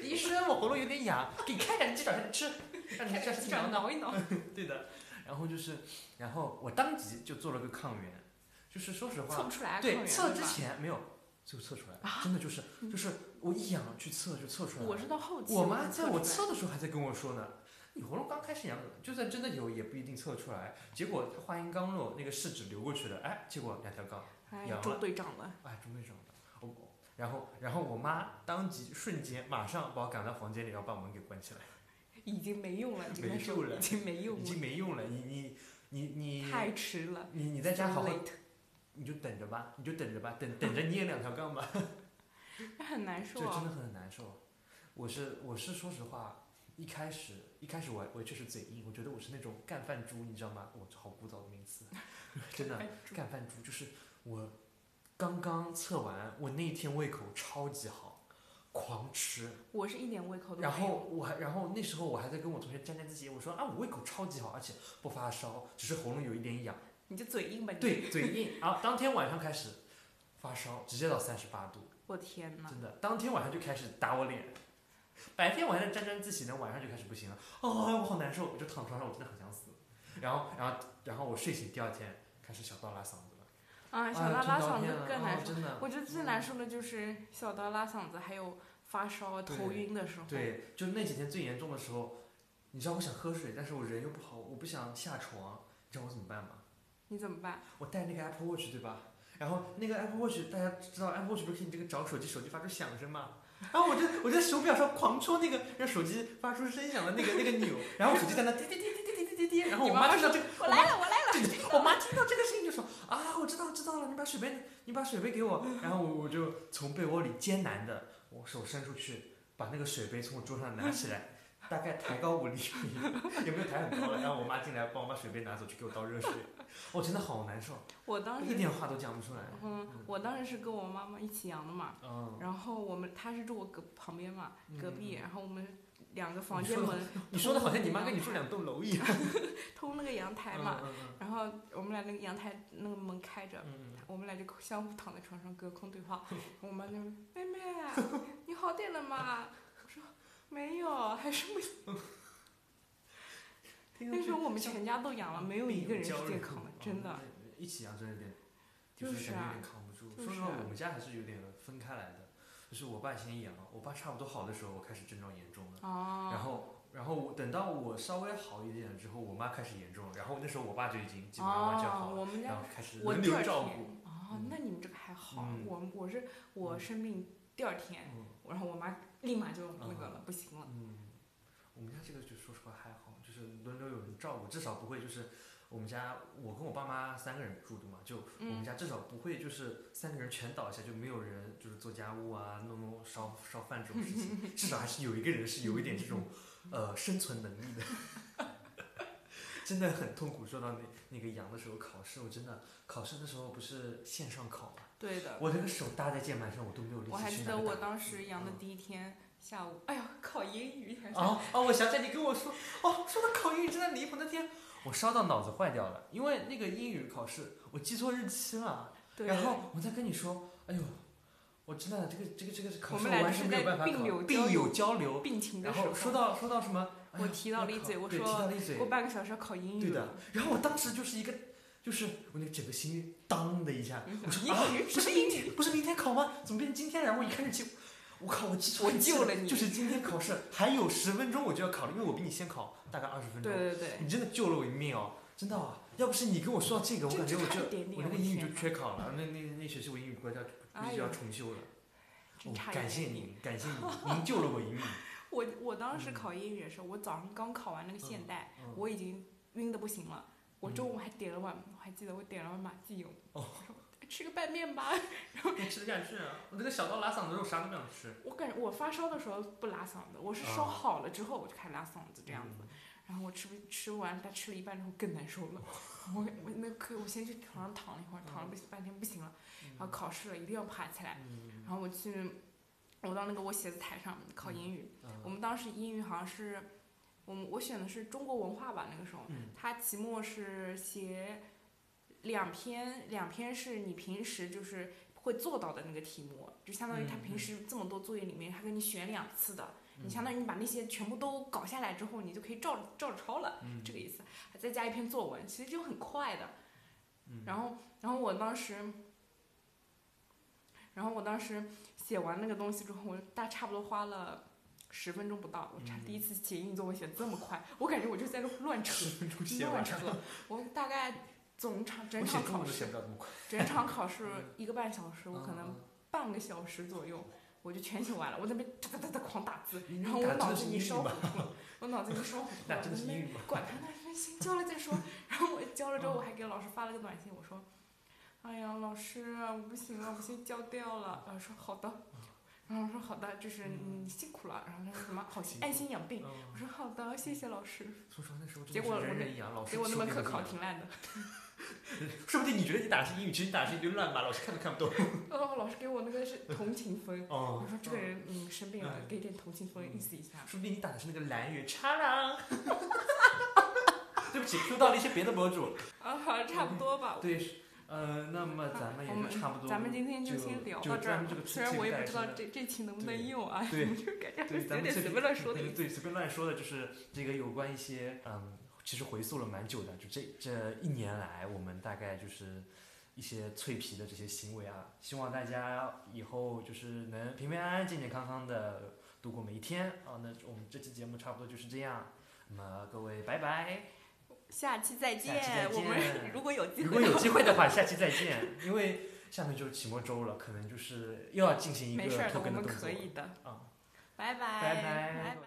B: 医生，我喉咙有点痒，给你看一下你鸡爪在这吃，让你
A: 看
B: 下
A: 着
B: 次
A: 鸡爪
B: 挠挠。
A: 挠 一挠。
B: 对的，然后就是，然后我当即就做了个抗原，就是说实
A: 测
B: 话
A: 不，出来，
B: 对，
A: 抗原
B: 测
A: 对
B: 之
A: 吧
B: 前没有，就测出来，真的就是就是我一痒去测就测出来了。
A: 我是到后期，
B: 我妈在我
A: 测
B: 测的时候还在跟我说呢，你喉咙刚开始痒，就算真的有也不一定测得出来。结果她话音刚落，那个试纸流过去了，哎，结果两条杠，
A: 不出来，哎
B: 阳，
A: 周
B: 了
A: 队长了，
B: 哎，中队长了。我然后然后我妈当即瞬间马上把我赶到房间里，然后把门给关起来，
A: 已经没用了，
B: 没
A: 这个时
B: 救
A: 候
B: 了
A: 已经没用
B: 已经没用了。你你你你
A: 太迟了。
B: 你你在家好好
A: too late，
B: 你就等着吧，你就等着吧，等等着你也两条杠吧。
A: 那很难
B: 这
A: 受
B: 真
A: 啊。
B: 的很难受。我是我是说实话，一开始一开始我我确实嘴硬，我觉得我是那种干饭猪，你知道吗？我好古早的名词， 真的
A: 哎
B: 干饭猪就是我刚刚测完，我那一天胃口超级好，狂吃，
A: 我是一点胃口都没有。
B: 然后我还然后那时候我还在跟我同学沾沾自喜，我说啊我胃口超级好，而且不发烧，只是喉咙有一点痒，
A: 你就嘴硬吧，你。
B: 对，嘴硬，啊，当天晚上开始发烧，直接到三十八度。
A: 我天哪！
B: 真的，当天晚上就开始打我脸，白天我还在沾沾自喜呢，晚上就开始不行了，哦，我好难受，我就躺床上，我真的很想死。然后，然后，然后我睡醒第二天开始小到拉嗓子了，
A: 啊，
B: 哎
A: 小到
B: 真
A: 拉
B: 到
A: 嗓
B: 天
A: 子
B: 了
A: 更
B: 哦
A: 难受。
B: 真的。
A: 我觉得最难受的就是小到拉嗓子，还有发烧、啊头
B: 对
A: 晕的时候。
B: 对，就那几天最严重的时候，你知道我想喝水，但是我人又不好，我不想下床，你知道我怎么办吗？
A: 你怎么办？
B: 我带那个 Apple Watch 对吧？然后那个 Apple Watch 大家知道 Apple Watch 不是可以这个找手机，手机发出响声嘛？然后我就我在手表上狂戳那个让手机发出声响的那个那个钮，然后我手机在那滴滴滴滴滴滴滴滴滴，然后
A: 你
B: 我
A: 妈妈
B: 听到
A: 说
B: 这个，
A: 我来了，我来了。
B: 我妈听到这个声音就说啊，我知道知道了，你把水杯你把水杯给 我，然后我我就从被窝里艰难的我手伸出去，把那个水杯从我桌上拿起 来。大概抬高五厘米，也没有抬很高了。然后我妈进来帮我把水杯拿走，去给我倒 热水。我、真的好难受。
A: 我当
B: 一
A: 时，
B: 点话都讲不出来。
A: 嗯，我当时是跟我妈妈一起阳的嘛，
B: 嗯，
A: 然后我们她是住我隔旁边嘛，隔壁，然后我们两个房
B: 你
A: 间
B: 说
A: 门
B: 你说的好像你妈跟你住两栋楼一样。
A: 通那个阳台嘛，然后我们俩那个阳台那个门开着，
B: 嗯
A: 我们俩就相互躺在床上隔空对话。 我妈就说：“妹妹，啊你好点了吗？”我说：“没有，还是不行。”
B: 嗯
A: 那时候我们全家都阳了，啊没有一个人是健康的，真
B: 嗯
A: 的。。
B: 一起养真的有点，
A: 就是
B: 感觉有
A: 啊
B: 点扛不住。
A: 就是
B: 说实话，
A: 啊
B: 我们家还是有点分开来的。就是我爸先养，我爸差不多好的时候，我开始症状严重了。然
A: 啊，
B: 后，然后我等到我稍微好一点了之后，我妈开始严重了。然后那时候我爸就已经基本上完全
A: 啊，
B: 好了，
A: 我们
B: 然
A: 家
B: 后开始
A: 我
B: 轮
A: 第
B: 流
A: 二
B: 照
A: 天
B: 顾。
A: 啊
B: 嗯，
A: 那你们这个还好
B: 嗯，
A: 我我是我生病第二天，
B: 嗯
A: 然后我妈立马就那个
B: 嗯
A: 了，不行了。
B: 嗯，我们家这个就说实话还好，就是轮流有人照顾，至少不会就是我们家我跟我爸妈三个人住的嘛，就我们
A: 嗯，
B: 家至少不会就是三个人全倒下，就没有人就是做家务啊、弄弄烧烧饭这种事情， 至少还是有一个人是有一点这种呃生存能力的。 真的很痛苦，说到那那个阳的时候，考试我真的考试的时候不是线上考嘛，
A: 对的。
B: 我这个手搭在键盘上，我都没有力
A: 我还
B: 气去
A: 记
B: 拿
A: 得
B: 个
A: 我
B: 打
A: 当时阳的
B: 嗯
A: 第一天下午，哎呀，考英语还是
B: 哦哦，我想起来你跟我说，哦，说到考英语真的离谱，那天我烧到脑子坏掉了，因为那个英语考试我记错日期了，
A: 对。
B: 然后我再跟你说，哎呦，我真的这个这个这个考
A: 我
B: 试
A: 们
B: 我
A: 俩
B: 完
A: 就
B: 全
A: 是
B: 没有
A: 在
B: 办法
A: 病
B: 考，
A: 友
B: 病
A: 交
B: 友
A: 流
B: 交流，
A: 病情的
B: 然
A: 时候，
B: 后说到说到什么，哎
A: 我
B: 呀
A: 提到
B: 要
A: 了一
B: 考
A: 嘴我
B: 对提
A: 说
B: 到了一嘴，
A: 过半个小时要考英
B: 对
A: 语
B: 的
A: 了。，
B: 然后我当时就是一个，就是我那整个心当的一下，我说
A: 嗯英
B: 啊
A: 语，
B: 不是明天，不是明天考吗？怎么变成今天了？然后我一看日期，我靠，我记错
A: 我
B: 日期
A: 救了你
B: 就是今天考试还有十分钟我就要考了，因为我比你先考大概二十分钟
A: 对，对对，
B: 你真的救了我一命哦，真的啊！要不是你跟我说到这个，我
A: 就
B: 感觉
A: 就
B: 我
A: 差
B: 就
A: 一点点，
B: 我那个
A: 的
B: 英语
A: 天
B: 就
A: 哪
B: 缺考了，那那那学期我英语国家
A: 啊哎
B: 估计就
A: 呦
B: 要重修了。
A: 真
B: 哦
A: 差一
B: 感谢
A: 点点。
B: 您，感谢您，您救了 我一命。
A: 我我当时
B: 嗯
A: 考英语的时候，我早上刚考完那个现代，
B: 嗯
A: 我已经晕的不行了。我中午还点了碗，我还记得我点了碗马继勇。
B: 哦
A: 我说，吃个拌面吧。
B: 吃得下去啊！我这个小到拉嗓子肉啥都不想吃。
A: 我感觉我发烧的时候不拉嗓子，我是烧
B: 啊
A: 好了之后我就开始拉嗓子这样子。
B: 嗯
A: 然后我吃不吃完，他吃了一半之后更难受了。我我那可我先去床上躺了一会儿，躺了不半天不行了，然后考试了一定要爬起来。
B: 嗯
A: 然后我去，我到那个我写字台上考
B: 嗯
A: 英语。我们当时英语好像是，我们我选的是中国文化吧，那个时候，
B: 嗯
A: 他期末是写两篇，两篇是你平时就是会做到的那个题目，就相当于他
B: 嗯
A: 平
B: 嗯
A: 时这么多作业里面，他给你选两次的，你
B: 嗯
A: 相当于你把那些全部都搞下来之后，你就可以照照着抄了，
B: 嗯
A: 这个意思，还再加一篇作文，其实就很快的。
B: 嗯
A: 然后，然后我当时，然后我当时写完那个东西之后，我大差不多花了十分钟不到，我差
B: 嗯
A: 第一次写英语作文写这么快，我感觉我就在这乱扯
B: 分钟写
A: 乱
B: 完，
A: 扯，我大概总场整
B: 我写
A: 场
B: 中文
A: 考
B: 都
A: 试
B: 写不了这么快。
A: 整场考试
B: 嗯
A: 一个半小时，我可能
B: 嗯
A: 半个小时左右，我就全写完了。我在那边哒哒哒哒狂打字，
B: 你
A: 然后
B: 打
A: 我
B: 字
A: 脑
B: 是
A: 子
B: 英
A: 一
B: 语
A: 烧糊
B: 吧
A: 涂了，我脑子一烧糊 涂了，
B: 那
A: 我
B: 真的
A: 在
B: 是
A: 那
B: 英
A: 边
B: 语吗？
A: 管他呢，先交了再说。 然后我交了之后，我还给老师发了个短信，我说：“哎呀，老师啊，我不行了，我先交掉了。”老师说：“好的。”然后我说：“好的，就是
B: 嗯
A: 你辛苦了。”然后他说什么“好心
B: 辛
A: 爱
B: 苦
A: 心养病”，我
B: 嗯
A: 说：“好的，谢谢老师。
B: 说实话，那时候真
A: 结
B: 的
A: 果
B: 是
A: 我
B: 人
A: 那
B: 人一样，老”师
A: 结果那
B: 说
A: 门
B: 不定
A: 课
B: 都
A: 考
B: 不一
A: 挺烂的，
B: 样， 说不定你觉得你打的是英语，其实你打的是一堆乱码，老师看都看不懂。，
A: 然后哦老师给我那个是同情分
B: 哦
A: 我，说这个人嗯生病了，
B: 嗯
A: 给点同情分意思一下。
B: 说不定你打的是那个蓝语，叉啦。对不起，Q 到了一些别的博主。
A: 啊，好，差不多吧。
B: 对，是呃，那么咱们
A: 我
B: 也
A: 们
B: 就差不多。
A: 嗯咱们今天
B: 就
A: 先聊
B: 就
A: 到这
B: 咱
A: 儿
B: 们这个，
A: 虽然
B: 期
A: 我也
B: 待
A: 不知道
B: 真的
A: 这这期能不
B: 对
A: 能用啊，
B: 对
A: 就感觉
B: 对咱
A: 有
B: 们
A: 点
B: 这
A: 随
B: 里
A: 便乱说的意思。
B: 对，随便乱说的，就是这个有关一些，嗯，其实回溯了蛮久的，就这这一年来，我们大概就是一些脆皮的这些行为啊，希望大家以后就是能平平安安、健健康康的度过每一天啊。那我们这期节目差不多就是这样，那么各位拜拜。
A: 下期再见。
B: 下期再见
A: 我们如果有机
B: 如
A: 会
B: 果
A: 的话，
B: 有机会的话，下期再见，因为下面就是期末周了，可能就是又要进行一个
A: 没事儿的，
B: 拖
A: 我
B: 更的
A: 们
B: 动作
A: 可
B: 了
A: 以的。
B: 啊。
A: 拜拜，
B: 拜拜
A: 拜拜